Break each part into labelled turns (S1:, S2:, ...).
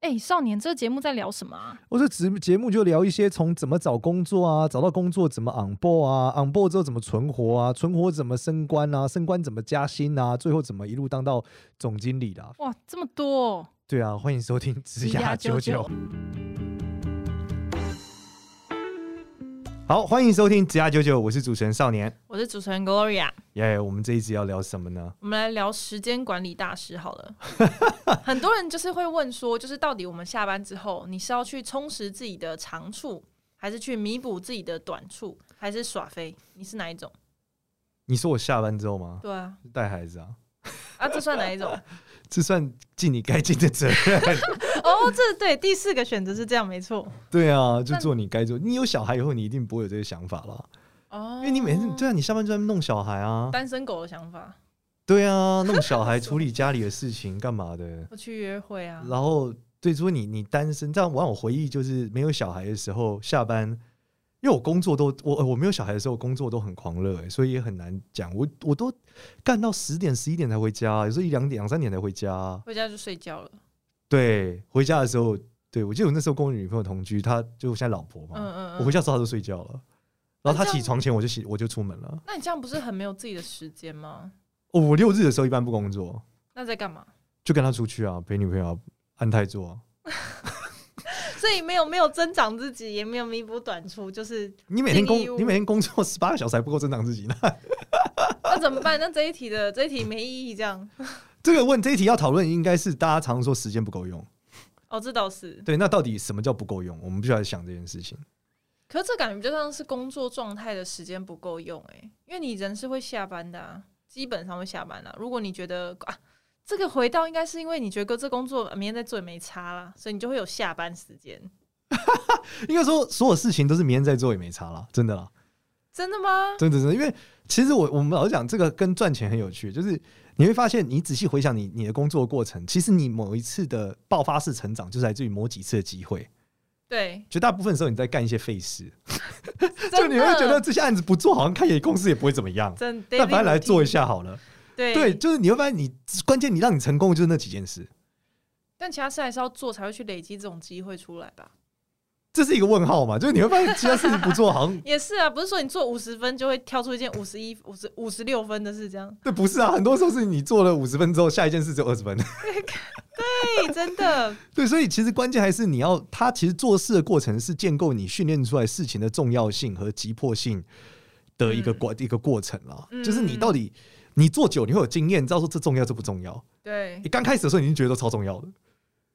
S1: 哎、少年，这个节目在聊什么啊？
S2: 我这节节目就聊一些从怎么找工作啊，找到工作怎么 on board 啊，on board 之后怎么存活啊，存活怎么升官啊，升官怎么加薪啊，最后怎么一路当到总经理啦。
S1: 哇，这么多、哦！
S2: 对啊，欢迎收听《职涯九九》。好，欢迎收听《职涯九九》，我是主持人少年。
S1: 我是主持人 Gloria，
S2: 耶、我们这一集要聊什么呢？
S1: 我们来聊时间管理大师好 了。很多人就是会问说，就是到底我们下班之后，你是要去充实自己的长处，还是去弥补自己的短处，还是耍飞？你是哪一种？
S2: 你说我下班之后吗？
S1: 对啊，
S2: 带孩子啊，
S1: 啊，这算哪一种？
S2: 这算尽你该尽的责任。
S1: 哦，这对第四个选择是这样，没错。
S2: 对啊，就
S1: 那
S2: 做你该做。你有小孩以后，你一定不会有这些想法啦，
S1: 哦，
S2: 因为你每天对啊，你下班就在那边弄小孩啊，
S1: 单身狗的想法，
S2: 对啊，弄小孩、处理家里的事情干嘛的，
S1: 不去约会啊，
S2: 然后对，说你你单身，这样让我回忆就是没有小孩的时候，下班，因为我工作都我呃我没有小孩的时候，工作都很狂热、欸所以也很难讲。我我都干到十点十一点才回家，有时候一两点两三点才回家、啊
S1: 回家就睡觉了。
S2: 对，回家的时候，对我记得我那时候跟我女朋友同居，她就我现在老婆嘛，
S1: 嗯嗯嗯
S2: 我回家的时候她都睡觉了，然
S1: 那
S2: 后她
S1: 这样
S2: 起床前我就起我就出门了。
S1: 那你这样不是很没有自己的时间吗？
S2: 哦，我六日的时候一般不工作，
S1: 那在干嘛？
S2: 就跟她出去啊，陪女朋友啊安泰做、啊。
S1: 所以没有没有增长自己，也没有弥补短处，就是
S2: 你每天
S1: 尽义务
S2: 工你每天工作 十八个小时还不够增长自己呢？
S1: 那啊怎么办？那这一题的这一题没意义，这样
S2: 这个问这一题要讨论应该是大家常说时间不够用，
S1: 哦，这倒是。
S2: 对，那到底什么叫不够用？我们必须要来想这件事情。
S1: 可是这感觉就像是工作状态的时间不够用哎、因为你人是会下班的、啊，基本上会下班啦、如果你觉得啊，这个回到应该是因为你觉得这工作啊明天再做也没差啦，所以你就会有下班时间。
S2: 应该说所有事情都是明天再做也没差啦，真的啦。
S1: 真的吗？
S2: 真的真的，因为其实我我们老实讲，这个跟赚钱很有趣，就是你会发现，你仔细回想你你的工作过程，其实你某一次的爆发式成长，就是来自于某几次的机会。
S1: 对，
S2: 绝大部分时候你在干一些废事，就
S1: 真
S2: 你
S1: 的
S2: 会觉得这些案子不做，好像看起来公司也不会怎么样，
S1: 真，
S2: 但反正来做一
S1: 下，
S2: 下好了。
S1: 对
S2: 对，就是你会发现你，关键你让你成功的就是那几件事，
S1: 但其他事还是要做，才会去累积这种机会出来吧。
S2: 这是一个问号嘛？就是你会发现其他事情不做，好 像
S1: 也是啊，不是说你做五十分就会跳出一件五十一、五十五十六分的事，这 样
S2: 这不是啊。很多时候是你做了五十分之后，下一件事只有二十分。
S1: 对，哎真的
S2: 对，所以其实关键还是你要，他其实做事的过程是建构你训练出来事情的重要性和急迫性的一个过、一个过程啦。
S1: 嗯
S2: 就是你到底你做久，你会有经验，你知道说这重要这不重要。
S1: 对
S2: 你刚开始的时候，你已经觉得都超重要的，
S1: 嗯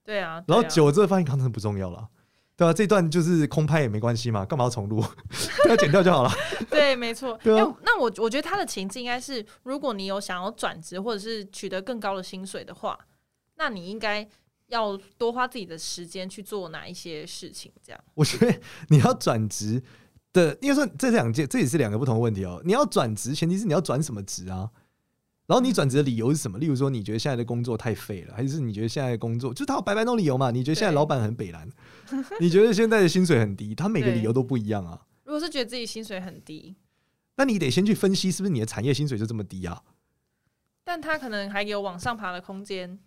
S1: 对啊。
S2: 然后
S1: 对啊
S2: 久了之后发现刚才不重要了。对啊，这段就是空拍也没关系嘛，干嘛要重录？ 对啊，剪掉就好了。
S1: 对，没错。
S2: 对啊
S1: 哎那我我觉得他的情境应该是，如果你有想要转职或者是取得更高的薪水的话，那你应该要多花自己的时间去做哪一些事情，这样。
S2: 我觉得你要转职的，应该说这两件这也是两个不同的问题哦。你要转职，前提是你要转什么职啊？然后你转职的理由是什么？例如说，你觉得现在的工作太废了，还是你觉得现在的工作就是他有白白弄理由嘛？你觉得现在
S1: 对
S2: 老板很北蓝，你觉得现在的薪水很低，他每个
S1: 对
S2: 理由都不一样啊。
S1: 如果是觉得自己薪水很低，
S2: 那你得先去分析是不是你的产业薪水就这么低啊？
S1: 但他可能还有往上爬的空间。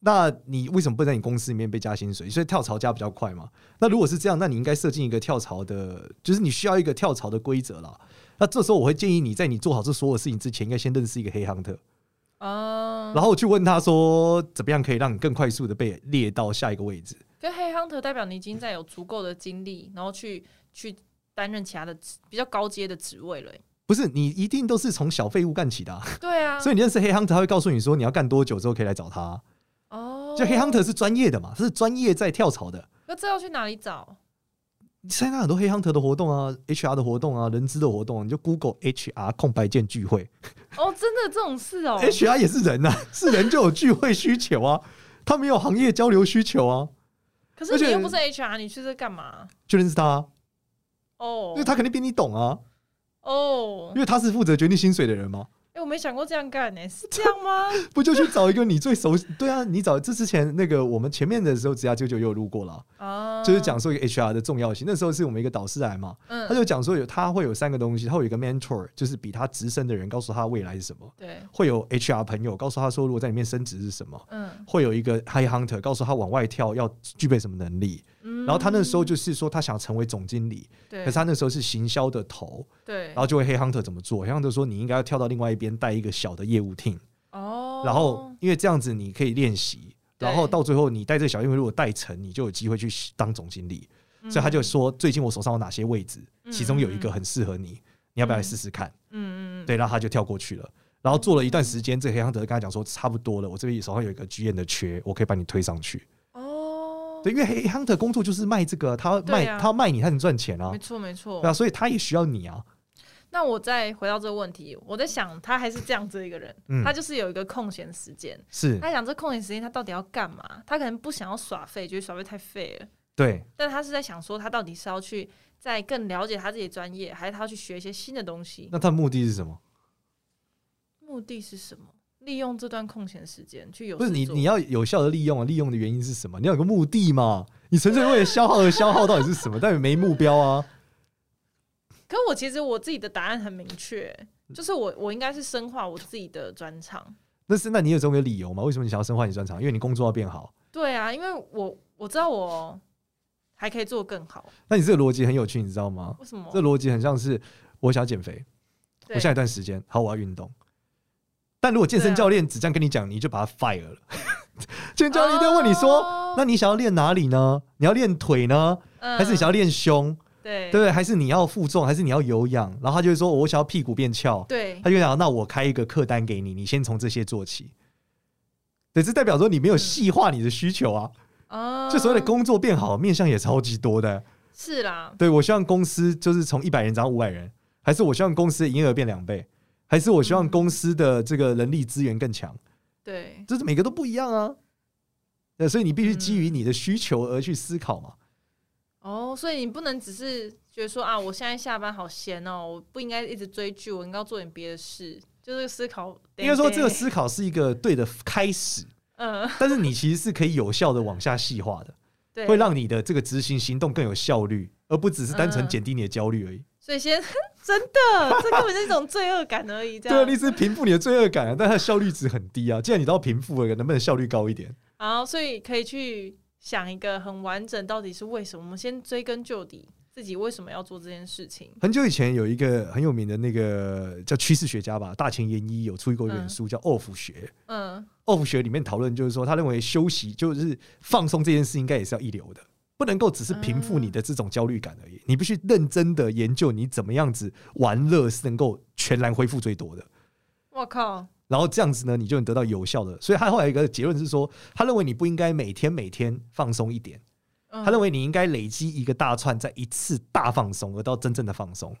S2: 那你为什么不在你公司里面被加薪水？所以跳槽加比较快嘛。那如果是这样，那你应该设计一个跳槽的，就是你需要一个跳槽的规则啦。那这时候我会建议你在你做好这所有事情之前，应该先认识一个黑 hunter，、
S1: 哦、
S2: 然后去问他说怎么样可以让你更快速的被列到下一个位置。
S1: 跟黑 hunter 代表你已经在有足够的精力，然后去去担任其他的职比较高阶的职位了欸。
S2: 不是你一定都是从小废物干起的啊、
S1: 对啊，
S2: 所以你认识黑 hunter，他会告诉你说你要干多久之后可以来找他。
S1: 哦，
S2: 就黑 hunter 是专业的嘛，他是专业在跳槽的。
S1: 那这要去哪里找？
S2: 参加很多黑 hunter 的活动啊，HR 的活动啊，人资的活动啊、你就 Google HR 空白键聚会，
S1: 哦，真的这种事哦，
S2: HR 也是人 呐、是人就有聚会需求啊，他们有行业交流需求啊，
S1: 可
S2: 而
S1: 是
S2: 且
S1: 你又不是 HR，你去这干嘛？
S2: 就认识他、啊，
S1: 哦
S2: 因为，他肯定比你懂啊，
S1: 哦
S2: 因，为他是负责决定薪水的人嘛。
S1: 哎、我没想过这样干呢、是这样吗？
S2: 不就去找一个你最熟悉？对啊，你找这之前那个我们前面的时候，职涯舅舅也有录过了，
S1: 啊，
S2: 就是讲说一个 HR 的重要性。那时候是我们一个导师来嘛，
S1: 嗯，
S2: 他就讲说有他会有三个东西，他会有一个 mentor，就是比他直升的人告诉他未来是什么；
S1: 对，
S2: 会有 HR 朋友告诉他说如果在里面升职是什么；
S1: 嗯
S2: 会有一个 high hunter 告诉他往外跳要具备什么能力。
S1: 嗯。
S2: 然后他那时候就是说他想成为总经理，
S1: 对，
S2: 可是他那时候是行销的头，
S1: 对
S2: 然，后就会黑 hunter 怎么做？黑 hunter 说你应该要跳到另外一边带一个小的业务 team，
S1: 哦，
S2: 然后因为这样子你可以练习，
S1: 对
S2: 然后到最后你带这个小业务如果带成，你就有机会去当总经理。
S1: 嗯
S2: 所以他就，说最近我手上有哪些位置，
S1: 嗯
S2: 其中有一个很适合你，你要不要来试试看？
S1: 嗯嗯嗯，嗯
S2: 对，然后他就跳过去了。然后做了一段时间，这个黑亨德跟他讲说差不多了，我这边手上有一个 GM 的缺，我可以把你推上去。
S1: 哦，
S2: 对，因为黑亨德工作就是卖这个，他卖、
S1: 对啊
S2: 他要卖你，他能赚钱啊
S1: 没，错没错
S2: 对。啊，所以他也需要你啊。
S1: 那我再回到这个问题，我在想，他还是这样子的一个人，
S2: 嗯
S1: 他就是有一个空闲时间，
S2: 是
S1: 他想这空闲时间他到底要干嘛？他可能不想要耍废，觉得耍废太废了，
S2: 对，
S1: 但他是在想说，他到底是要去再更了解他自己的专业，还是他要去学一些新的东西？
S2: 那他的目的是什么？
S1: 目的是什么？利用这段空闲时间去有
S2: 不是你你
S1: 要
S2: 要有效的利用啊，利用的原因是什么？你要有个目的嘛。你纯粹为了消耗而消耗，到底是什 么？但也没目标啊。
S1: 可我其实我自己的答案很明确，
S2: 嗯
S1: 就是我我应该是深化我自己的专长。
S2: 那是那你有这个理由吗？为什么你想要深化你专长？因为你工作要变好。
S1: 对啊，因为我我知道我还可以做更好，
S2: 那你这个逻辑很有趣，你知道吗？
S1: 为什么？
S2: 这逻辑很像是我想要减肥，我
S1: 哦对
S2: 下一段时间好我要运动。但如果健身
S1: 对啊
S2: 教练只这样跟你讲，你就把他 fire 了。 健身教练一定会问你说：“
S1: 哦
S2: 那你想要练哪里呢？你要练腿呢，还是你想要
S1: 要
S2: 练胸？
S1: 对
S2: 对不对？还是你要负重，还是你要有氧？”然后他就会说：“我想要屁股变翘。”
S1: 对
S2: 他就讲：“那我开一个客单给你，你先从这些做起。”对，这代表说你没有细化你的需求啊。
S1: 啊
S2: 就所谓的工作变好，面向也超级多的。
S1: 是啦，
S2: 对我希望公司就是从一百人涨到五百人，还是我希望公司的营业额变两倍，还是我希望
S1: 嗯
S2: 公司的这个人力资源更强？
S1: 对
S2: 就是每个都不一样啊。呃，所以你必须基于
S1: 嗯
S2: 你的需求而去思考嘛。
S1: 哦，所以你不能只是觉得说啊，我现在下班好闲哦，我不应该一直追剧，我应该做点别的事，就是思考。
S2: 应该说，这个思考是一个对的开始，
S1: 嗯，
S2: 但是你其实是可以有效的往下细化的，
S1: 对，
S2: 会让你的这个执行行动更有效率，而不只是单纯
S1: 嗯
S2: 减低你的焦虑而已。
S1: 所以先 真的，这根本就是一种罪恶感而已，这
S2: 对啊，
S1: 样。
S2: 你只是平复你的罪恶感啊，但它的效率值很低啊。既然你都要平复了，能不能效率高一点？
S1: 好，所以可以去想一个很完整，到底是为什么？我们先追根究底，自己为什么要做这件事情？
S2: 很久以前有一个很有名的那个叫趋势学家吧，大前研一有出一过一本书叫《off 学》。
S1: 嗯，
S2: off 学里面讨论就是说，他认为休息就是放松这件事，应该也是要一流的，不能够只是平复你的这种焦虑感而已。你必须认真的研究你怎么样子玩乐是能够全然恢复最多的。
S1: 我靠，
S2: 然后这样子呢，你就能得到有效的。所以他后来有一个结论是说，他认为你不应该每天每天放松一点，
S1: 嗯、
S2: 他认为你应该累积一个大串，再一次大放松，而到真正的放松。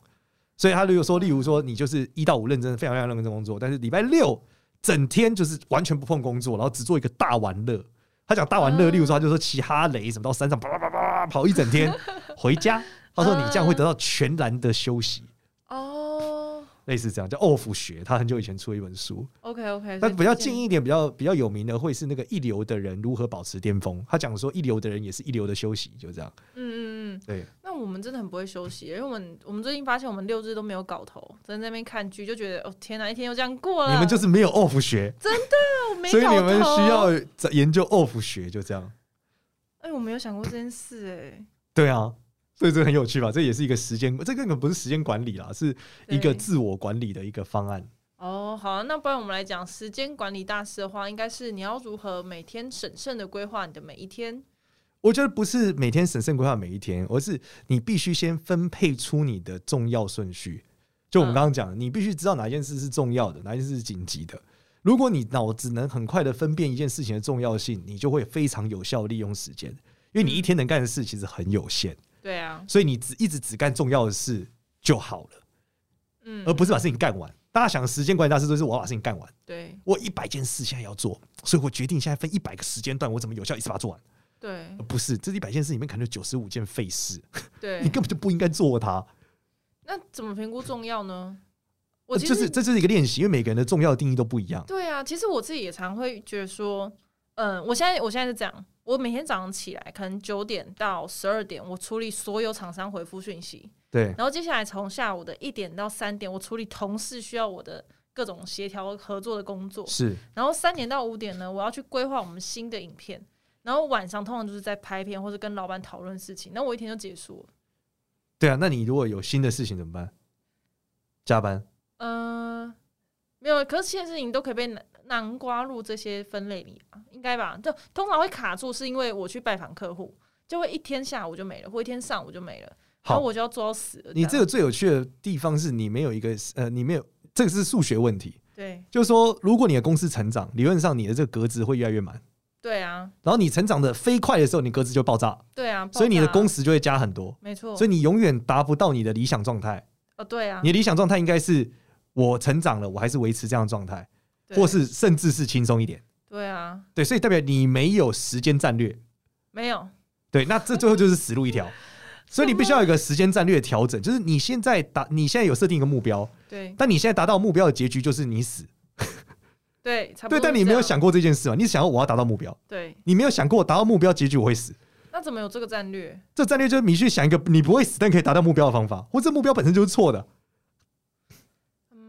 S2: 所以他如果说，例如说你就是一到五认真，非常非常认真工作，但是礼拜六整天就是完全不碰工作，然后只做一个大玩乐。他讲大玩乐，
S1: 嗯
S2: 例如说他就说骑哈雷什么到山上叭叭叭叭叭跑一整天回家，他说你这样会得到全然的休息，
S1: 哦
S2: 类似这样叫 off 学。他很久以前出了一本书，
S1: ，OK OK，
S2: 但比较
S1: 议。
S2: 近一点、比较比较有名的会是那个一流的人如何保持巅峰。他讲说一流的人也是一流的休息，就这样。
S1: 嗯嗯嗯，
S2: 对，
S1: 那我们真的很不会休息，因为我们我们最近发现我们六日都没有搞头，只能在那边看剧，就觉得哦天哪，一天又这样过了。
S2: 你们就是没有 off 学，
S1: 哦没
S2: 所以
S1: 啊搞头，
S2: 你们需要研究 off 学，就这样。
S1: 哎、我没有想过这件事哎、
S2: 对啊，所以这个很有趣吧？这也是一个时间，这个根本不是时间管理啦，是一个
S1: 对
S2: 自我管理的一个方案。
S1: 哦，好、啊，那不然我们来讲时间管理大师的话，应该是你要如何每天审慎的规划你的每一天。
S2: 我觉得不是每天审慎规划每一天，而是你必须先分配出你的重要顺序。就我们
S1: 嗯
S2: 刚刚讲的，你必须知道哪件事是重要的，哪件事是紧急的。如果你脑子能很快的分辨一件事情的重要性，你就会非常有效地利用时间，因为你一天能干的事其实很有限，
S1: 对啊，
S2: 所以你只一直只干重要的事就好了，
S1: 嗯，
S2: 而不是把事情干完。大家想的时间管理大师都是我要把事情干完，
S1: 对
S2: 我一百件事现在要做，所以我决定现在分一百个时间段，我怎么有效一次把它做完。
S1: 对
S2: 呃不是，这一百件事里面可能有九十五件废事，
S1: 对
S2: 你，根本就不应该做它。
S1: 那怎么评估重要呢？我其
S2: 这
S1: 实
S2: 呃是这是一个练习，因为每个人的重要定义都不一样。
S1: 对啊，其实我自己也常会觉得说，嗯，我现在我现在是这样，我每天早上起来可能九点到十二点，我处理所有厂商回复讯息，
S2: 对，
S1: 然后接下来从下午的一点到三点，我处理同事需要我的各种协调合作的工作，
S2: 是
S1: 然后三点到五点呢，我要去规划我们新的影片，然后晚上通常就是在拍片或者跟老板讨论事情，那我一天就结束了。
S2: 对啊。那你如果有新的事情怎么办？加班
S1: 嗯、没有，可是现在事情都可以被南南瓜入这些分类里啊，应该吧？就通常会卡住，是因为我去拜访客户，就会一天下午就没了，或一天上午就没了，然后
S2: 好，
S1: 我就要做到死了样。
S2: 你这个最有趣的地方是你没有一个呃，你没有这个是数学问题，
S1: 对
S2: 就是说，如果你的公司成长，理论上你的这个格子会越来越满，
S1: 对啊，
S2: 然后你成长的飞快的时候，你格子就爆炸，
S1: 对啊，
S2: 所以你的
S1: 爆炸啊
S2: 工时就会加很多，
S1: 没错，
S2: 所以你永远达不到你的理想状态。
S1: 哦对啊，
S2: 你的理想状态应该是我成长了，我还是维持这样的状态，
S1: 对
S2: 或是甚至是轻松一点。
S1: 对啊，
S2: 对，所以代表你没有时间战略。
S1: 没有
S2: 对，那这最后就是死路一条。所以你必须要有一个时间战略调整，就是你现在达，你现在有设定一个目标，
S1: 对
S2: 但你现在达到目标的结局就是你死。
S1: 对，差不
S2: 对，
S1: 多
S2: 但
S1: 是
S2: 你
S1: 这
S2: 没有
S1: 样
S2: 想过这件事嘛？你想要我要达到目标，
S1: 对，
S2: 你没有想过达到目标结局我会死。
S1: 那怎么有这个战略？
S2: 这战略就是你去想一个你不会死但可以达到目标的方法，或者目标本身就是错的。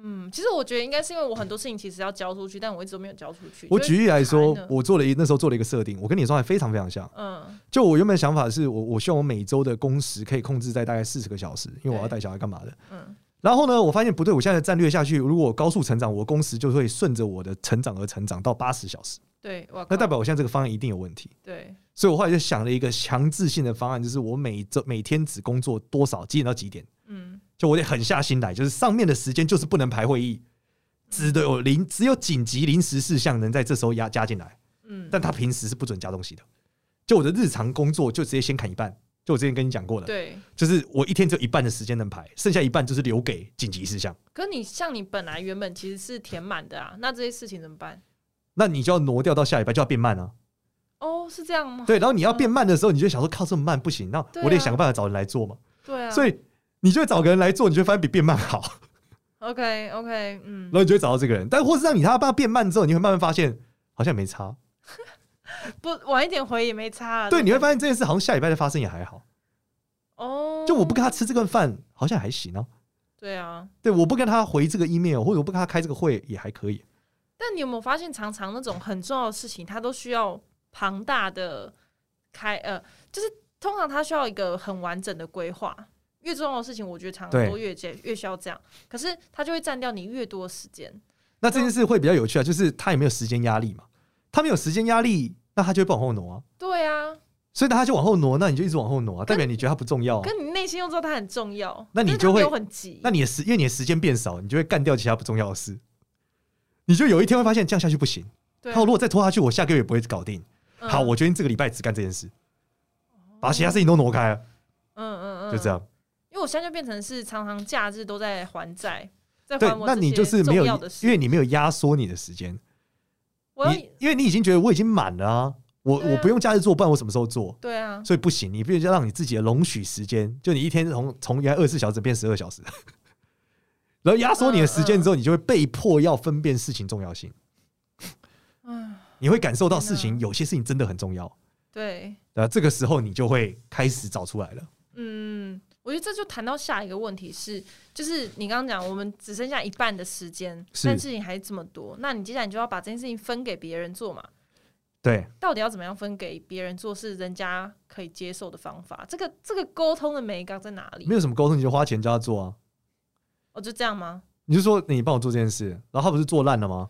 S1: 嗯，其实我觉得应该是因为我很多事情其实要交出去，但我一直都没有交出去。
S2: 我
S1: 就
S2: 举例来说
S1: 卡，了
S2: 我做了一那时候做了一个设定，我跟你的状态非常非常像。
S1: 嗯，
S2: 就我原本想法是我我希望我每周的工时可以控制在大概四十个小时，因为我要
S1: 对
S2: 带小孩干嘛的。
S1: 嗯
S2: 然后呢，我发现不对，我现在的战略下去，如果我高速成长，我工时就会顺着我的成长而成长到八十小时，
S1: 对，哇靠，
S2: 那代表我现在这个方案一定有问题。
S1: 对
S2: 所以我后来就想了一个强制性的方案，就是我每周每天只工作多少几点到几点，
S1: 嗯
S2: 就我得狠下心来，就是上面的时间就是不能排会议，只得有临只有紧急临时事项能在这时候压加进来，
S1: 嗯，
S2: 但他平时是不准加东西的。就我的日常工作就直接先砍一半，就我之前跟你讲过的，
S1: 对。
S2: 就是我一天只有一半的时间能排，剩下一半就是留给紧急事项。
S1: 可你像你本来原本其实是填满的啊，那这些事情怎么办？
S2: 那你就要挪掉到下礼拜就要变慢啊，
S1: 哦，是这样吗？
S2: 对，然后你要变慢的时候，你就想说靠这么慢不行，那
S1: 对啊
S2: 我得想个办法找人来做嘛，
S1: 对啊，嗯
S2: 所以你就会找个人来做，你就会发现比变慢好，
S1: OK OK，嗯
S2: 然，后你就会找到这个人，但或是让你他把它变慢之后，你会慢慢发现好像没差，
S1: 不晚一点回也没差啊。
S2: 对，你会发现这件事好像下礼拜再发生也还好，
S1: 哦，
S2: 就我不跟他吃这顿饭好像还行啊，
S1: 对啊。
S2: 对，我不跟他回这个 email 或者我不跟他开这个会也还可以，
S1: 但你有没有发现，常常那种很重要的事情，它都需要庞大的开呃，就是通常它需要一个很完整的规划。越重要的事情，我觉得常常
S2: 对
S1: 都越这越需要这样，可是它就会占掉你越多的时间。
S2: 那这件事会比较有趣啊，就是他也没有时间压力嘛，他没有时间压力，那他就会不往后挪啊。
S1: 对啊，
S2: 所以他就往后挪，那你就一直往后挪啊，代表你觉得他不重要、啊。
S1: 可你内心又知道它很重要，
S2: 那你
S1: 但是
S2: 就
S1: 它没
S2: 会
S1: 有很急。
S2: 那你的时，因为你的时间变少，你就会干掉其他不重要的事。你就有一天会发现这样下去不行。
S1: 对啊
S2: 他如果再拖下去，我下个月也不会搞定。
S1: 嗯
S2: 好，我决定这个礼拜只干这件事，把其他事情都挪开了，
S1: 嗯嗯嗯，
S2: 就这。样。
S1: 因为我现在就变成是常常假日都在还债，在
S2: 对
S1: 还，我
S2: 那
S1: 这
S2: 你
S1: 些
S2: 就是没有
S1: 重要的，事
S2: 因为你没有压缩你的时间，
S1: 我要
S2: 你因为你已经觉得我已经满了啊，我、
S1: 对啊
S2: 我不用假日做，不然我什么时候做？
S1: 对啊，
S2: 所以不行，你必须要让你自己的容许时间，就你一天从从原来二十四小时变十二小时， 然后压缩你的时间之后，你就会被迫要分辨事情重要性，
S1: 嗯，
S2: 你会感受到事
S1: 天
S2: 情
S1: 哪
S2: 有些事情真的很重要，
S1: 对，
S2: 那这个时候你就会开始找出来了。
S1: 嗯，我觉得这就谈到下一个问题是，就是你刚刚讲我们只剩下一半的时间，
S2: 是
S1: 但事情还是这么多，那你接下来你就要把这件事情分给别人做嘛？
S2: 对，
S1: 到底要怎么样分给别人做是人家可以接受的方法？这个这个沟通的美感在哪里
S2: 没？有什么沟通，你就花钱叫他做啊，
S1: 哦，就这样吗？
S2: 你就说你帮我做这件事，然后他不是做烂了吗？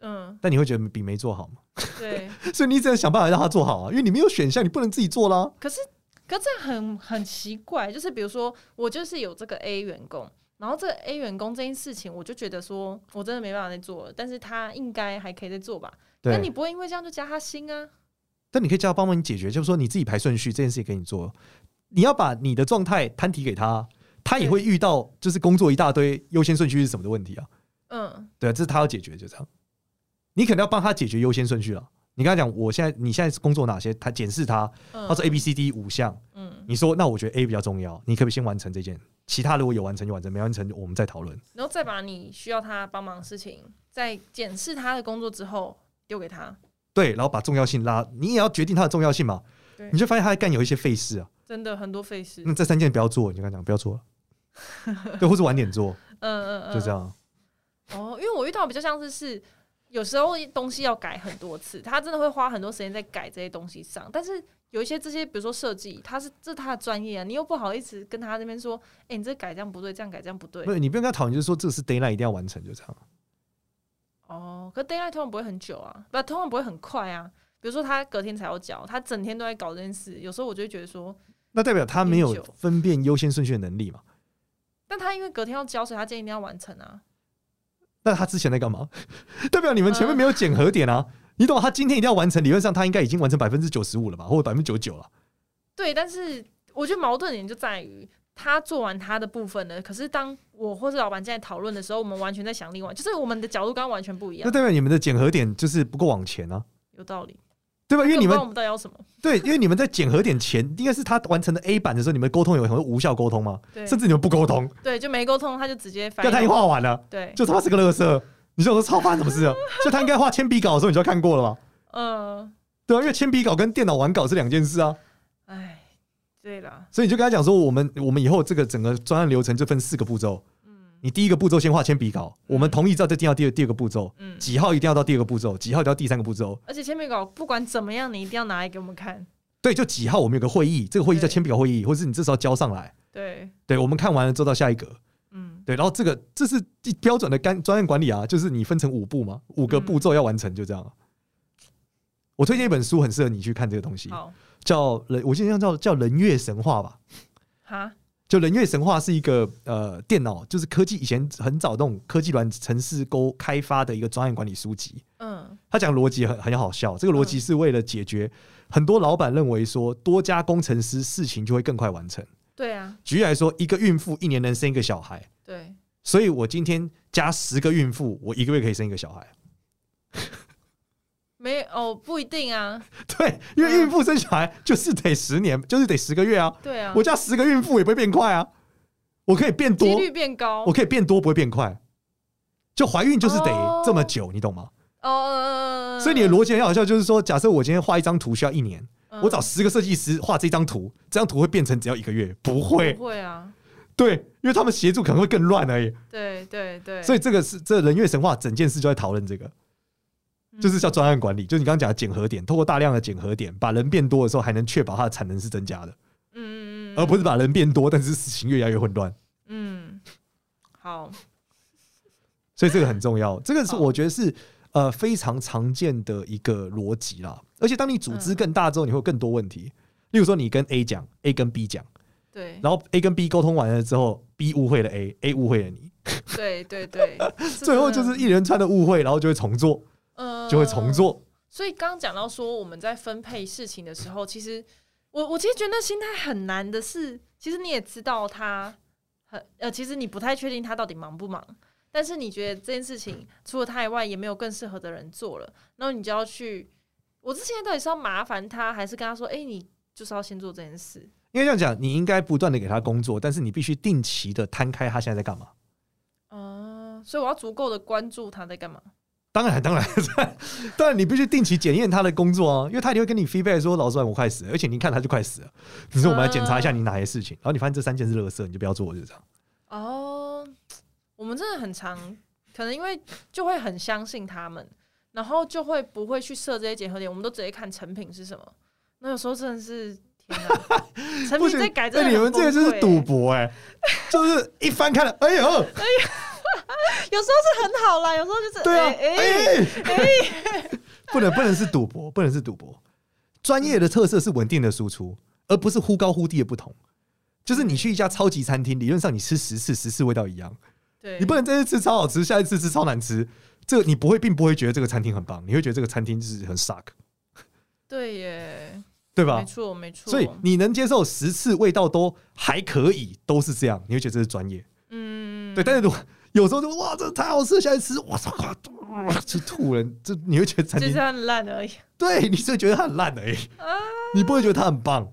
S1: 嗯，
S2: 但你会觉得比没做好吗？
S1: 对。
S2: 所以你只能想办法让他做好啊，因为你没有选项，你不能自己做啦。
S1: 可是，可这很很奇怪，就是比如说，我就是有这个 A 员工，然后这个 A 员工这件事情，我就觉得说我真的没办法再做了，但是他应该还可以再做吧？那你
S2: 对，
S1: 不会因为这样就加他薪啊？
S2: 但你可以叫他帮忙你解决，就是说你自己排顺序这件事情给你做，你要把你的状态摊提给他，他也会遇到就是工作一大堆优先顺序是什么的问题啊。
S1: 嗯，
S2: 对啊，这是他要解决，就这样。你可能要帮他解决优先顺序了。你跟他讲，我现在你现在是工作哪些？他检视他，
S1: 嗯
S2: 哦他说 A、B、C、D 五项，
S1: 嗯
S2: 你说那我觉得 A 比较重要，你可不可以先完成这件？其他如果有完成就完成，没完成我们再讨论。
S1: 然后再把你需要他帮忙的事情，在检视他的工作之后丢给他，
S2: 对，然后把重要性拉，你也要决定它的重要性嘛
S1: 对。
S2: 你就发现他在干有一些费事啊，
S1: 真的很多费事。嗯
S2: 那这三件不要做，你就跟他讲不要做 了，对，或者晚点做，
S1: 嗯嗯嗯，
S2: 就这样。
S1: 哦，因为我遇到比较像是是，有时候东西要改很多次，他真的会花很多时间在改这些东西上。但是有一些这些，比如说设计，他是这是他的专业啊，你又不好意思跟他那边说，哎、你这改这样不对，这样改这样不对
S2: 没。有，你不用跟他讨论，就是说这个是 d a y l i g h t 一定要完成，就这样。
S1: 哦，可 d a y l i g h t 通常不会很久啊，不，通常不会很快啊。比如说他隔天才要交，他整天都在搞这件事，有时候我就会觉得说，
S2: 那代表他没
S1: 很
S2: 有
S1: 久
S2: 分辨优先顺序的能力嘛？
S1: 但他因为隔天要交，所以他今天一定要完成啊。
S2: 那他之前在干嘛？ 代表你们
S1: 嗯
S2: 前面没有检核点啊？你懂吗？他今天一定要完成，理论上他应该已经完成百分之九十五了吧，或者百分之九九了。
S1: 对，但是我觉得矛盾点就在于他做完他的部分了，可是当我或是老板在讨论的时候，我们完全在想另外，就是我们的角度刚刚完全不一
S2: 那
S1: 样，
S2: 代表你们的检核点就是不够往前啊，
S1: 有道理。
S2: 对吧？因为你
S1: 根本不知道我
S2: 们
S1: 们到底要什么，
S2: 对，因为你们在检核点前，应该是他完成了 A 版的时候，你们沟通有很多无效沟通嘛，
S1: 对
S2: 甚至你们不沟通，
S1: 对，就没沟通，他就直接反
S2: 要他一
S1: 应。
S2: 画完了，
S1: 对，
S2: 就他妈是个乐色。你说我操，发生什么事啊？就他应该画铅笔稿的时候，你就要看过了吧？
S1: 嗯，
S2: 对啊，因为铅笔稿跟电脑完稿是两件事啊，
S1: 哎，对啦，
S2: 所以你就跟他讲说，我们我们以后这个整个专案流程就分四个步骤，
S1: 嗯
S2: 你第一个步骤先画铅笔稿，我们同意照再定到第二第二个步骤，
S1: 嗯，
S2: 几号一定要到第二个步骤，几号一定要第三个步骤。
S1: 而且签名稿不管怎么样，你一定要拿来给我们看。
S2: 对，就几号我们有个会议，这个会议叫
S1: 对
S2: 铅笔稿会议，或是你至少交上来。
S1: 对，
S2: 对，我们看完了之后到下一格。
S1: 嗯，
S2: 对，然后这个这是一标准的干专案管理啊，就是你分成五步嘛，五个
S1: 嗯
S2: 步骤要完成，就这样啊。我推荐一本书，很适合你去看这个东西，
S1: 好，
S2: 叫《人》，我印象叫叫《人月神话》吧。
S1: 哈，
S2: 就人月神话是一个呃电脑，就是科技以前很早那种科技软城市沟开发的一个专案管理书籍。
S1: 嗯
S2: 他讲逻辑很很好笑，这个逻辑是为了解决很多老板认为说多加工程师事情就会更快完成。
S1: 对啊，
S2: 举例来说，一个孕妇一年能生一个小孩，
S1: 对，
S2: 所以我今天加十个孕妇，我一个月可以生一个小孩。
S1: 没哦，不一定啊，
S2: 对，因为孕妇生小孩就是得十年，就是得十个月啊。
S1: 对啊，
S2: 我加十个孕妇也不会变快啊，我可以变
S1: 几
S2: 多，
S1: 率变高。
S2: 我
S1: 哦
S2: 可以变多，不会变快。就怀孕就是
S1: 哦
S2: 得这么久，你懂吗？
S1: 呃，
S2: 所以你的逻辑很好笑，就是说，假设我今天画一张图需要一年，
S1: 嗯
S2: 我找十个设计师画这张图，这张图会变成只要一个月？不会
S1: 不，会啊，
S2: 对，因为他们协助可能会更乱而已。
S1: 对对对，
S2: 所以这个是这人月神话整件事就在讨论这个。
S1: 以
S2: 就是叫专案管理，就是你刚刚讲的检核点，透过大量的检核点，把人变多的时候，还能确保它的产能是增加的，
S1: 嗯嗯嗯，
S2: 而不
S1: 是
S2: 是把人变多，但是事情越来越混乱。
S1: 嗯，好，
S2: 所以这个很重要，这个是
S1: 嗯好
S2: 我觉得是呃非常常见的一个逻辑啦。而且当你组
S1: 嗯
S2: 织更大之后，你会有更多问题。例如说，你跟 A 讲，A 跟 B 讲，
S1: 哎对
S2: 然后 A 跟 B 沟通完了之后，B 误会了 A，A 误会了你，
S1: 对对对，
S2: 最后就是一连串的误会，然后就会重做，
S1: 呃
S2: 就会重。做。
S1: 所以刚刚讲到说我们在分配事情的时候，其实我我其实觉得那心态很难的是，其实你也知道他很呃，其实你不太确定他到底忙不忙。但是你觉得这件事情除了他以外也没有更适合的人做了，然后你就要去，我之前到底是要麻烦他，还是跟他说，哎、你就是要先做这件事？
S2: 因为这样讲，你应该不断的给他工作，但是你必须定期的摊开他现在在干嘛。
S1: 哦，所以我要足够的关注他在干嘛。
S2: 当然， 当然，当然，你必须定期检验他的工作啊，因为他一定会跟你 feedback 说，老师我快死了，而且你看他就快死了，你说我们来检查一下你哪些事情，然后你发现这三件是垃圾，你就不要做， 就这样。
S1: 哦，我们真的很常，可能因为就会很相信他们，然后就会不会去设这些结合点，我们都直接看成品是什么。那有时候真的是天 哪，成
S2: 不
S1: 品
S2: 行
S1: 在改真
S2: 哎
S1: 的、
S2: 你们这个就是赌，博哎、就是一翻开了，哎呦，
S1: 有时候是很好啦，有时候就是
S2: 对啊，
S1: 哎、
S2: 哎、 不能不能是赌博，不能是赌博。专业的特色是稳定的输出，而不是忽高忽低的不同。就是你去一家超级餐厅，理论上你吃十次，十次味道一样。
S1: 对，
S2: 你不能这次吃超好吃，下一次吃超难吃。这个你不会，并不会觉得这个餐厅很棒，你会觉得这个餐厅就是很 suck，
S1: 对耶，
S2: 对吧
S1: 没？错没错，
S2: 所以你能接受十次味道都还可以，都是这样，你会觉得这是专业。
S1: 嗯，
S2: 对，但是如果有时候就哇，这太好吃了，下一次哇操，哇吃吐了，这你会觉得餐
S1: 就是
S2: 厅
S1: 很烂而已
S2: 对，你只会觉得它很烂而已，
S1: 啊，
S2: 你不会觉得它很棒。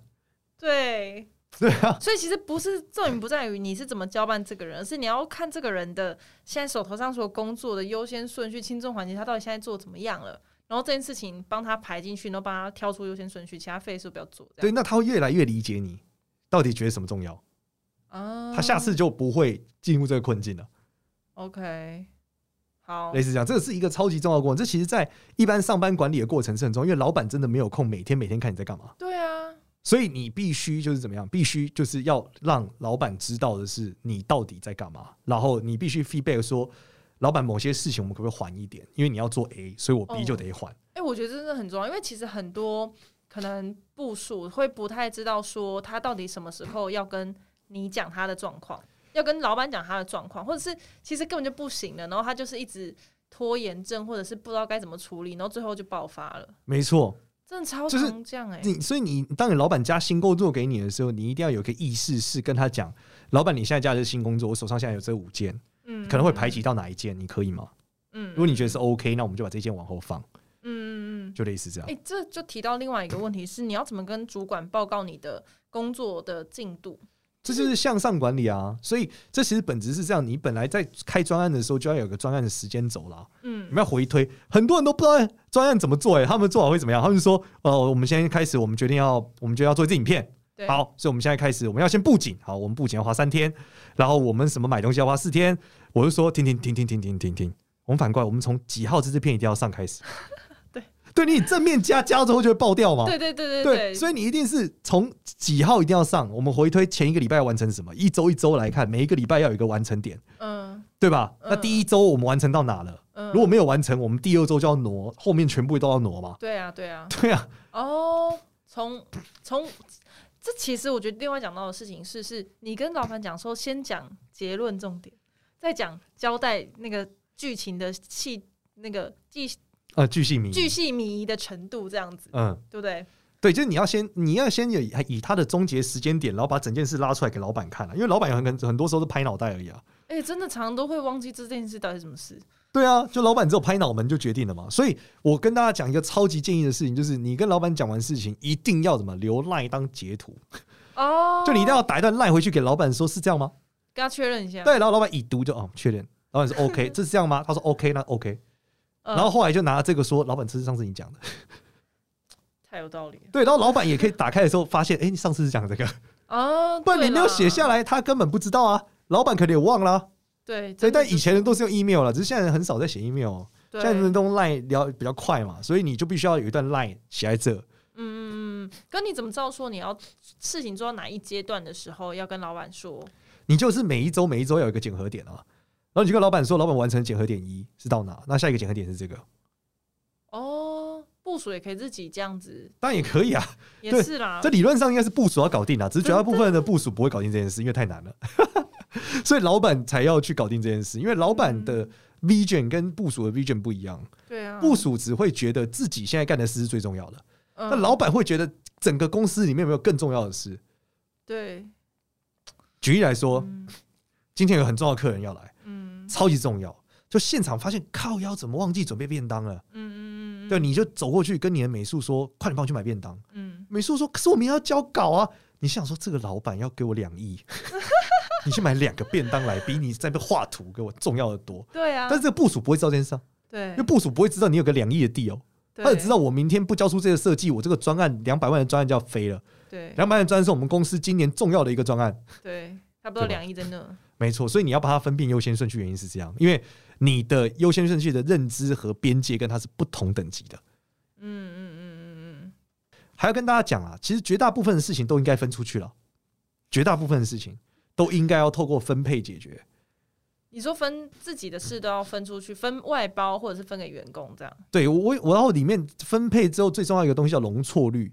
S1: 对，
S2: 对啊，
S1: 所以其实不是重点不在于你是怎么交办这个人，而是你要看这个人的现在手头上所有工作的优先顺序、轻重缓急，他到底现在做怎么样了。然后这件事情帮他排进去，然后帮他挑出优先顺序，其他费事不要做。这
S2: 对，
S1: 样
S2: 那他会越来越理解你到底觉得什么重要，
S1: 啊，
S2: 他下次就不会进入这个困境了。
S1: OK 好
S2: 类似这样，这个是一个超级重要的过程。这其实，在一般上班管理的过程是很重要，因为老板真的没有空每天每天看你在干嘛，
S1: 对啊，
S2: 所以你必须就是怎么样，必须就是要让老板知道的是你到底在干嘛，然后你必须 feedback 说，老板某些事情我们可不可以缓一点，因为你要做 A，所以我
S1: 哦
S2: B 就得缓。
S1: 哎、我觉得真的很重要，因为其实很多可能部署会不太知道说他到底什么时候要跟你讲他的状况，要跟老板讲他的状况，或者是其实根本就不行了，然后他就是一直拖延症，或者是不知道该怎么处理，然后最后就爆发了，
S2: 没错，
S1: 真的超
S2: 就是
S1: 常这样哎、
S2: 你所以你当你老板加新工作给你的时候，你一定要有一个意识是跟他讲，老板你现在加的是新工作，我手上现在有这五件，
S1: 嗯
S2: 可能会排，挤到哪一件，你可以吗？
S1: 嗯，
S2: 如果你觉得是 OK，那我们就把这件往后放，
S1: 嗯嗯嗯。
S2: 就类似这样
S1: 哎、。这就提到另外一个问题是，你要怎么跟主管报告你的工作的进度？
S2: 这就是向上管理啊。所以这其实本质是这样，你本来在开专案的时候就要有个专案的时间轴啦，你
S1: 嗯
S2: 们要回推。很多人都不知道专案怎么做、欸，他们做好会怎么样？他们就说，呃，我们现在开始，我们决定要，我们就要做一支影片。
S1: 对，
S2: 好，所以我们现在开始，我们要先布景。好，我们布景要花三天，然后我们什么买东西要花四天。我就说，停停停停停停停停，我们反过来，我们从几号这支片一定要上开始。
S1: 对，
S2: 对你正面加加之后就会爆掉嘛。
S1: 对对对对
S2: 对，
S1: 对，
S2: 所以你一定是从几号一定要上，我们回推前一个礼拜要完成什么，一周一周来看，每一个礼拜要有一个完成点，
S1: 嗯
S2: 对吧？
S1: 嗯
S2: 那第一周我们完成到哪了？
S1: 嗯，
S2: 如果没有完成，我们第二周就要挪，后面全部都要挪嘛。
S1: 对啊对啊，
S2: 对啊，
S1: 哦，从从这其实我觉得另外讲到的事情是，是你跟老板讲说，先讲结论重点，再讲交代那个剧情的细那个巨
S2: 呃，巨细靡
S1: 巨
S2: 遗。
S1: 细靡遗的程度，这样子，
S2: 嗯，
S1: 对不对？
S2: 对，就是你要先，你要先有以他的终结时间点，然后把整件事拉出来给老板看啊了、因为老板有很很多时候都拍脑袋而已啊。
S1: 而哎且真的常常都会忘记这件事到底是什么事。
S2: 对啊，就老板只有拍脑门就决定了嘛。所以我跟大家讲一个超级建议的事情，就是你跟老板讲完事情，一定要怎么留赖当截图。
S1: 哦，
S2: 就你一定要打一段赖回去给老板说是这样吗？
S1: 跟他确认一下。
S2: 对，然后老板已读就哦确认，老板说 OK，这是这样吗？他说 OK，那 OK，
S1: 呃，
S2: 然后后来就拿这个说老板，这是上次你讲的，
S1: 太有道理了。
S2: 对，然后老板也可以打开的时候发现，哎，你上次是讲这个，
S1: 哦，
S2: 不然你
S1: 对
S2: 没有
S1: 啦
S2: 写下。来，他根本不知道啊，老板可能也忘了啊、
S1: 对，
S2: 所以
S1: 真的
S2: 但以前人都是用 email 了，只是现在人很少在写 email，哦
S1: 对嗯
S2: 现在人都用 line 聊比较快嘛，所以你就必须要有一段 line 写在这，
S1: 嗯嗯嗯，跟你怎么知道说你要事情做到哪一阶段的时候要跟老板说？
S2: 你就是每一周每一周要有一个检核点啊，然后你就跟老板说，老板完成检核点一是到哪，那下一个检核点是这个，
S1: 哦，部署也可以自己这样子，
S2: 当然也可以啊。
S1: 也
S2: 对
S1: 是啦
S2: 这。理论上应该是部署要搞定啦，只是绝大部分人的部署不会搞定这件事，因为太难了， 所以老板才要去搞定这件事。因为老板的
S1: 嗯
S2: vision 跟部署的 vision 不一样，
S1: 对啊，
S2: 部署只会觉得自己现在干的事是最重要的，
S1: 嗯
S2: 那老板会觉得整个公司里面有没有更重要的事。
S1: 对，
S2: 举例来说，
S1: 嗯
S2: 今天有很重要的客人要来，
S1: 嗯
S2: 超级重要，就现场发现靠腰怎么忘记准备便当了，
S1: 嗯嗯嗯，
S2: 对，你就走过去跟你的美术说，快点帮我去买便当。
S1: 嗯
S2: 美术说：“可是我们要交稿啊！”你想说这个老板要给我两 亿，你去买两个便当来，比你在那边画图给我重要的多。
S1: 对啊
S2: 但，是这个部署不会知道这件事、啊，
S1: 对
S2: 因为，部署不会知道你有个两亿的地哦，
S1: 对
S2: 他只知道我明天不交出这个设计，我这个专案两百万的专案就要飞了。
S1: 对
S2: 两百万的专案是我们公司今年重要的一个专案，
S1: 对，差不多
S2: 对吧
S1: 两亿在那。
S2: 没错。所以你要把它分辨优先顺序，原因是这样，因为你的优先顺序的认知和边界跟它是不同等级的。
S1: 嗯嗯嗯嗯
S2: 还要跟大家讲啊，其实绝大部分的事情都应该分出去了，绝大部分的事情都应该要透过分配解决。
S1: 嗯，你说分自己的事都要分出去，分外包或者是分给员工这样。
S2: 对我，我然后里面分配之后，最重要一个东西叫容错率，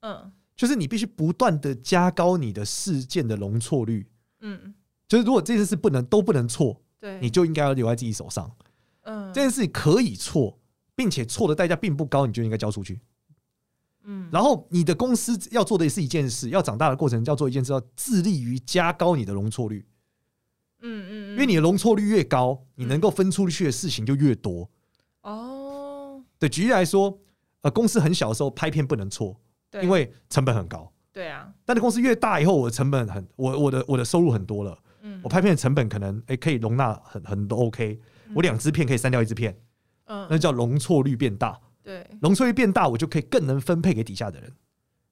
S1: 嗯
S2: 就是你必须不断的加高你的事件的容错率。
S1: 嗯，
S2: 就是如果这件事不能都不能错，
S1: 对，
S2: 你就应该要留在自己手上。
S1: 嗯
S2: 这件事可以错，并且错的代价并不高，你就应该交出去。
S1: 嗯
S2: 然后你的公司要做的是一件事，要长大的过程要做一件事，要致力于加高你的容错率。
S1: 嗯嗯，
S2: 因为你的容错率越高，你
S1: 嗯
S2: 能够分出去的事情就越多。
S1: 哦，
S2: 对，举例来说，呃，公司很小的时候拍片不能错，
S1: 对，
S2: 因为成本很高。
S1: 对啊，
S2: 但是公司越大以后，我的成本呃很，我我的我的收入很多了，
S1: 嗯
S2: 我拍片的成本可能哎、诶可以容纳很很都 OK，我两支片可以删掉一支片，那
S1: 嗯，
S2: 叫容错率变大，
S1: 对，
S2: 容错率变大，我就可以更能分配给底下的人。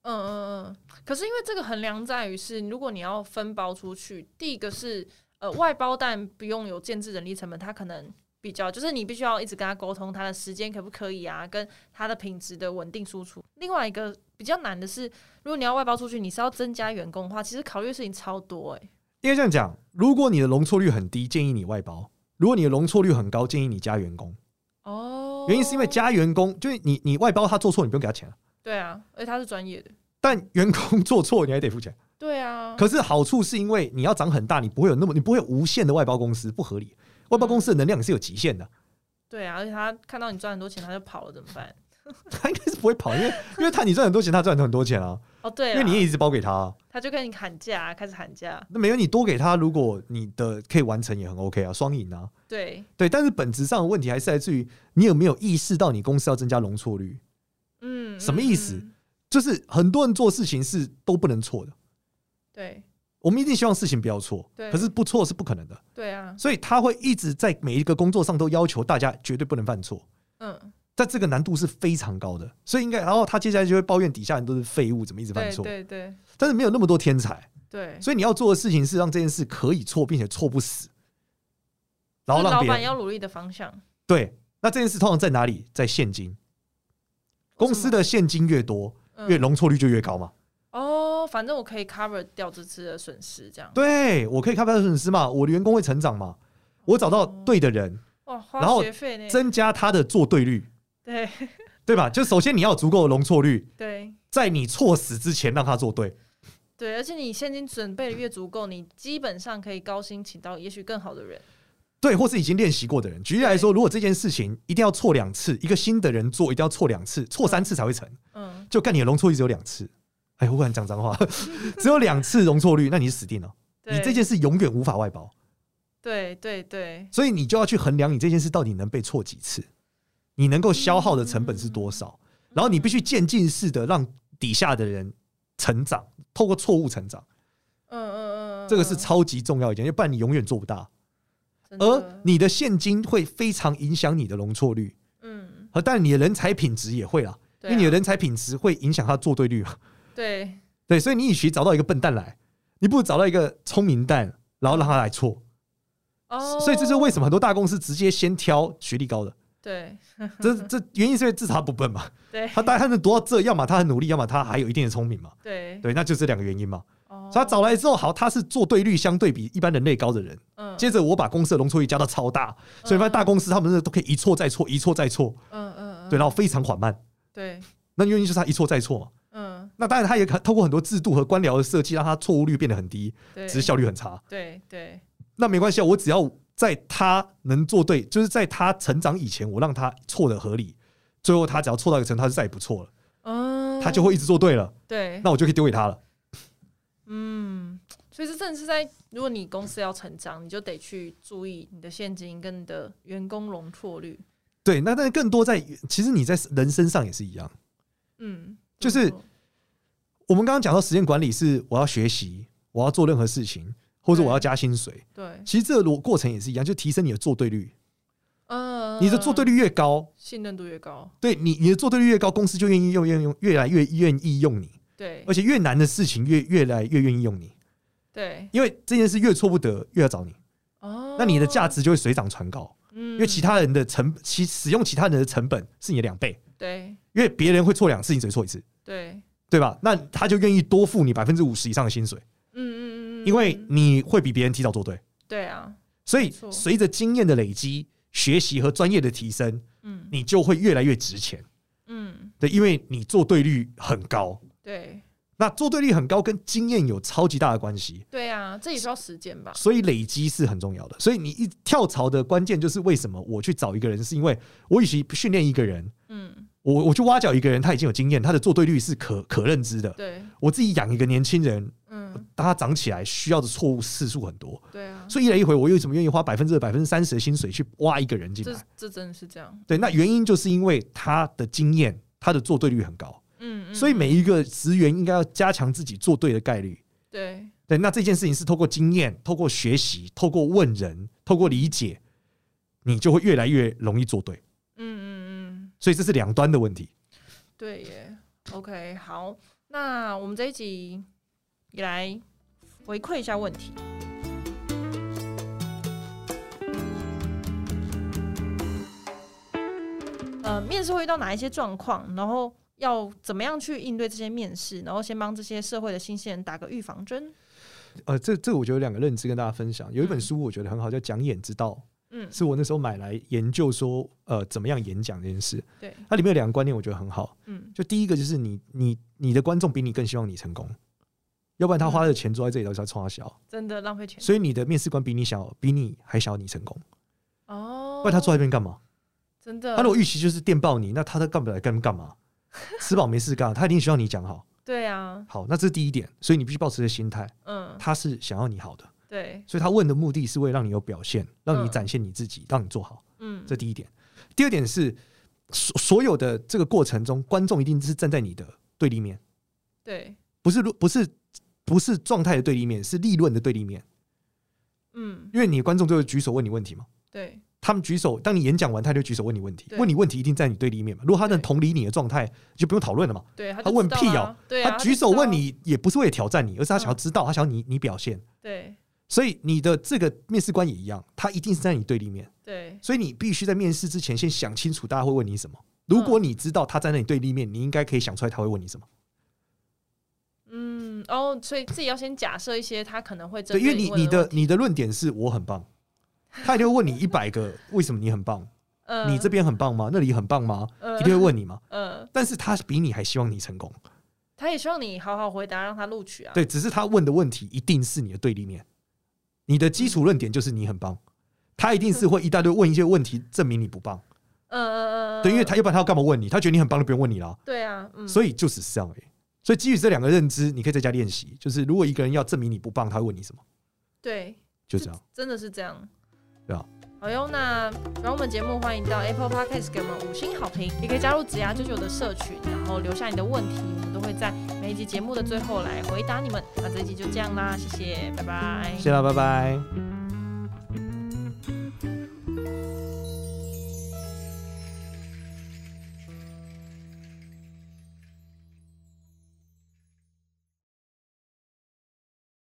S1: 嗯嗯嗯。可是因为这个衡量在于是，如果你要分包出去，第一个是呃外包，但不用有建制人力成本，他可能比较就是你必须要一直跟他沟通，他的时间可不可以啊，跟他的品质的稳定输出。另外一个比较难的是，如果你要外包出去，你是要增加员工的话，其实考虑的事情超多哎、
S2: 应该这样讲，如果你的容错率很低，建议你外包；如果你的容错率很高，建议你加员工。
S1: 哦，
S2: 原因是因为加员工，就是你你外包他做错，你不用给他钱啊，
S1: 对啊，而且他是专业的，
S2: 但员工做错你还得付钱。
S1: 对啊，
S2: 可是好处是因为你要长很大，你不会有那么你不会有无限的外包公司，不合理。外包公司的能量是有极限的，
S1: 对啊，而且他看到你赚很多钱，他就跑了，怎么办？
S2: 他应该是不会跑，因为因为他你赚很多钱，他赚很多钱啊，
S1: 哦，对
S2: 因
S1: 啊，
S2: 为你也一直包给他啊、
S1: 他就跟你喊价、开始喊价，
S2: 那没有你多给他，如果你的可以完成也很 OK 啊，双赢啊。
S1: 对，
S2: 对，但是本质上的问题还是来自于你有没有意识到你公司要增加容错率。
S1: 嗯，
S2: 什么
S1: 嗯
S2: 意思
S1: 嗯
S2: 就是很多人做事情是都不能错的，
S1: 对
S2: 我们一定希望事情不要错，
S1: 对
S2: 可是不错是不可能的，
S1: 对啊，
S2: 所以他会一直在每一个工作上都要求大家绝对不能犯错，
S1: 嗯，
S2: 但这个难度是非常高的，所以应该，然后他接下来就会抱怨底下人都是废物，怎么一直犯
S1: 对
S2: 错？
S1: 对对
S2: 但是没有那么多天才，
S1: 对，
S2: 所以你要做的事情是让这件事可以错，并且错不死，然后
S1: 是
S2: 让
S1: 老
S2: 别
S1: 板
S2: 人
S1: 要努力的方向。
S2: 对。那这件事通常在哪里？在现金，公司的现金越多，越
S1: 嗯、
S2: 容错率就越高嘛。
S1: 哦，反正我可以 cover 掉这次的损失，这样。
S2: 对我可以开发损失嘛，我的员工会成长嘛，我找到对的人，
S1: 哇，
S2: 然
S1: 花
S2: 后
S1: 学费呢？
S2: 增加他的做对率，
S1: 对
S2: 对吧？就首先你要有足够的容错率，
S1: 对
S2: 在你错死之前让他做对。
S1: 对，而且你现金准备的越足够，你基本上可以高薪请到也许更好的人。
S2: 对，或是已经练习过的人，举例来说，如果这件事情一定要错两次，一个新的人做一定要错两次，错三次才会成。
S1: 嗯，
S2: 就干你的容错率只有两次，哎，我不敢讲脏话，只有两次容错率，那你死定了，
S1: 对，
S2: 你这件事永远无法外包，
S1: 对对对
S2: 所以你就要去衡量你这件事到底能被错几次，你能够消耗的成本是多少。
S1: 嗯
S2: 然后你必须渐进式的让底下的人成长，透过错误成长，
S1: 嗯嗯嗯嗯，
S2: 这个是
S1: 嗯
S2: 超级重要一点，因为不然你永远做不大。
S1: 真的
S2: 而呃你的现金会非常影响你的容错率，
S1: 嗯，
S2: 和但你的人才品质也会啦，因
S1: 对
S2: 为你的
S1: 啊
S2: 人才品质会影响他的做对率嘛。
S1: 对
S2: 对，所以你与其找到一个笨蛋来，你不如找到一个聪明蛋，然后让他来错。
S1: 哦，
S2: 所以这就是为什么很多大公司直接先挑学历高的，
S1: 对
S2: 这这原因是因为至少他不笨嘛，
S1: 嗯 对
S2: 他大概能读到这，要么他很努力，要么他还有一定的聪明嘛。
S1: 对，
S2: 对，那就这两个原因嘛。
S1: 哦，
S2: 所以他找来之后，好，他是做对率相对比一般人类高的人。
S1: 嗯
S2: 接着我把公司的容错率加到超大，所以发现大公司他们是都可以一错再错，一错再错，
S1: 嗯嗯嗯，
S2: 对，然后非常缓慢。
S1: 对
S2: 那原因就是他一错再错嘛。
S1: 嗯
S2: 那当然，他也可透过很多制度和官僚的设计，让他错误率变得很低，
S1: 对，
S2: 只是效率很差。
S1: 对对
S2: 那没关系，啊，我只要在他能做对，就是在他成长以前，我让他错的合理，最后他只要错到一个程度，他就再也不错了，
S1: 嗯，
S2: 他就会一直做对了，
S1: 对，
S2: 那我就可以丢给他了。
S1: 嗯，所以这正是在如果你公司要成长，你就得去注意你的现金跟你的员工容错率。
S2: 对，那但是更多在，其实你在人身上也是一样。
S1: 嗯，
S2: 就是
S1: 怎么
S2: 我们刚刚讲到时间管理是我要学习，我要做任何事情，或者
S1: 对
S2: 我要加薪水。
S1: 说对，
S2: 其实这个过过程也是一样，就提升你的做对率。
S1: 嗯，
S2: 你的做对率越高，
S1: 信任度越高，
S2: 对你你的做对率越高，公司就愿意用愿用越来越愿意用你，
S1: 对
S2: 而且越难的事情越越来越愿意用你，
S1: 对
S2: 因为这件事越错不得，越要找你，
S1: 哦，
S2: 那你的价值就会水涨船高，
S1: 嗯，
S2: 因
S1: 因
S2: 为其他人的成其使用其他人的成本是你的两倍，
S1: 对
S2: 因为别人会错两次，你只会错一次。
S1: 对，
S2: 对吧？那他就愿意多付你百分之五十以上的薪水，
S1: 嗯嗯嗯嗯，
S2: 因为
S1: 嗯
S2: 你会比别人提早做对。
S1: 对啊，
S2: 所
S1: 没
S2: 以
S1: 错
S2: 随着经验的累积、学习和专业的提升，
S1: 嗯
S2: 你就会越来越值钱。
S1: 嗯
S2: 对，因为你做对率很高，
S1: 对
S2: 那做对率很高跟经验有超级大的关系，
S1: 对啊，这也需要时间吧？
S2: 所以累积是很重要的。所以你一跳槽的关键就是为什么我去找一个人，是因为我与其训练一个人，
S1: 嗯，
S2: 我我去挖角一个人，他已经有经验，他的做对率是可可认知的。
S1: 对，
S2: 我自己养一个年轻人，
S1: 嗯
S2: 当他长起来，需要的错误次数很多。
S1: 对啊，
S2: 所以一来一回，我为什么愿意花百分之百分之三十的薪水去挖一个人进
S1: 这
S2: 来？
S1: 这真的是这样，
S2: 对，那原因就是因为他的经验，他的做对率很高，
S1: 嗯，嗯
S2: 所以每一个职员应该要加强自己做对的概率。
S1: 对
S2: 对，那这件事情是透过经验、透过学习、透过问人、透过理解，你就会越来越容易做对。
S1: 嗯嗯
S2: 所以这是两端的问题。
S1: 嗯，对耶。OK，好，那我们这一集也来回馈一下问题。呃，面试会遇到哪一些状况，然后要怎么样去应对这些面试，然后先帮这些社会的新鲜人打个预防针。
S2: 呃，这这我觉得有两个认知跟大家分享。有一本
S1: 嗯
S2: 书我觉得很好，叫《讲演之道》，
S1: 嗯，
S2: 是我那时候买来研究说呃怎么样演讲这件事。
S1: 对，
S2: 它里面有两个观念，我觉得很好。
S1: 嗯
S2: 就第一个就是你你你的观众比你更希望你成功，要不然他花的钱坐在这里都是要冲他笑，
S1: 真的浪费钱
S2: 所以你的面试官比你想要比你还想要你成功，
S1: 哦嗯
S2: 不。然他坐在那边干嘛？
S1: 真的，
S2: 他如果预期就是电报你，那他在干不来干 干嘛？吃饱没事干，他一定需要你讲好。
S1: 对啊，
S2: 好，那这是第一点，所以你必须保持这个心态，
S1: 嗯，
S2: 他是想要你好的，
S1: 对，
S2: 所以他问的目的是为了让你有表现，让你
S1: 嗯
S2: 展现你自己，让你做好。
S1: 嗯，
S2: 这第一点。第二点是，所所有的这个过程中，观众一定是站在你的对立面，
S1: 对，
S2: 不是不是不是状态的对立面，是立论的对立面。
S1: 嗯，
S2: 因为你的观众就会举手问你问题嘛，
S1: 对，
S2: 他们举手，当你演讲完，他就举手问你问题，
S1: 对
S2: 问你问题一定在你对立面嘛。如果他能
S1: 对
S2: 同理你的状态，就不用讨论了嘛。
S1: 对，他
S2: 他
S1: 就
S2: 问
S1: 知道
S2: 屁
S1: 啦
S2: 哦，
S1: 对啊，
S2: 他
S1: 就
S2: 举
S1: 知
S2: 手
S1: 道
S2: 问
S1: 啊，
S2: 你，也不是为了挑战你，而是他想要
S1: 嗯
S2: 知道，他想要你你表现。
S1: 对
S2: 所以你的这个面试官也一样，他一定是在你对立面。
S1: 对，
S2: 所以你必须在面试之前先想清楚大家会问你什么。如果你知道他站在你对立面，你应该可以想出来他会问你什么。
S1: 嗯，哦，所以自己要先假设一些他可能会针
S2: 对，因为你
S1: 问
S2: 你的
S1: 问题
S2: 你的论点是我很棒，他一定会问你一百个为什么你很棒，
S1: 呃
S2: 你这边很棒吗？那里很棒吗？
S1: 呃
S2: 一定会问你嘛。
S1: 呃，
S2: 但是他比你还希望你成 功，
S1: 他也希望你好好回答，让他录取啊。
S2: 对，只是他问的问题一定是你的对立面。你的基础论点就是你很棒，他一定是会一大堆问一些问题证明你不棒，
S1: 嗯，呃呃呃，
S2: 对，因为
S1: 嗯
S2: 他要不然他要干嘛问你？他觉得你很棒就不用问你了。
S1: 对啊，嗯，
S2: 所以就只是这样而已。所以基于这两个认知，你可以在家练习。就是如果一个人要证明你不棒，他会问你什么？
S1: 对，
S2: 就这样。，
S1: 真的是这样。
S2: 对啊。
S1: 好哟，那喜欢我们节目，欢迎到 Apple Podcast 给我们五星好评，也可以加入子牙九九的社群，然后留下你的问题，我们都会在每一集节目的最后来回答你们。那这一集就这样啦，谢谢，拜拜。
S2: 谢啦，拜拜。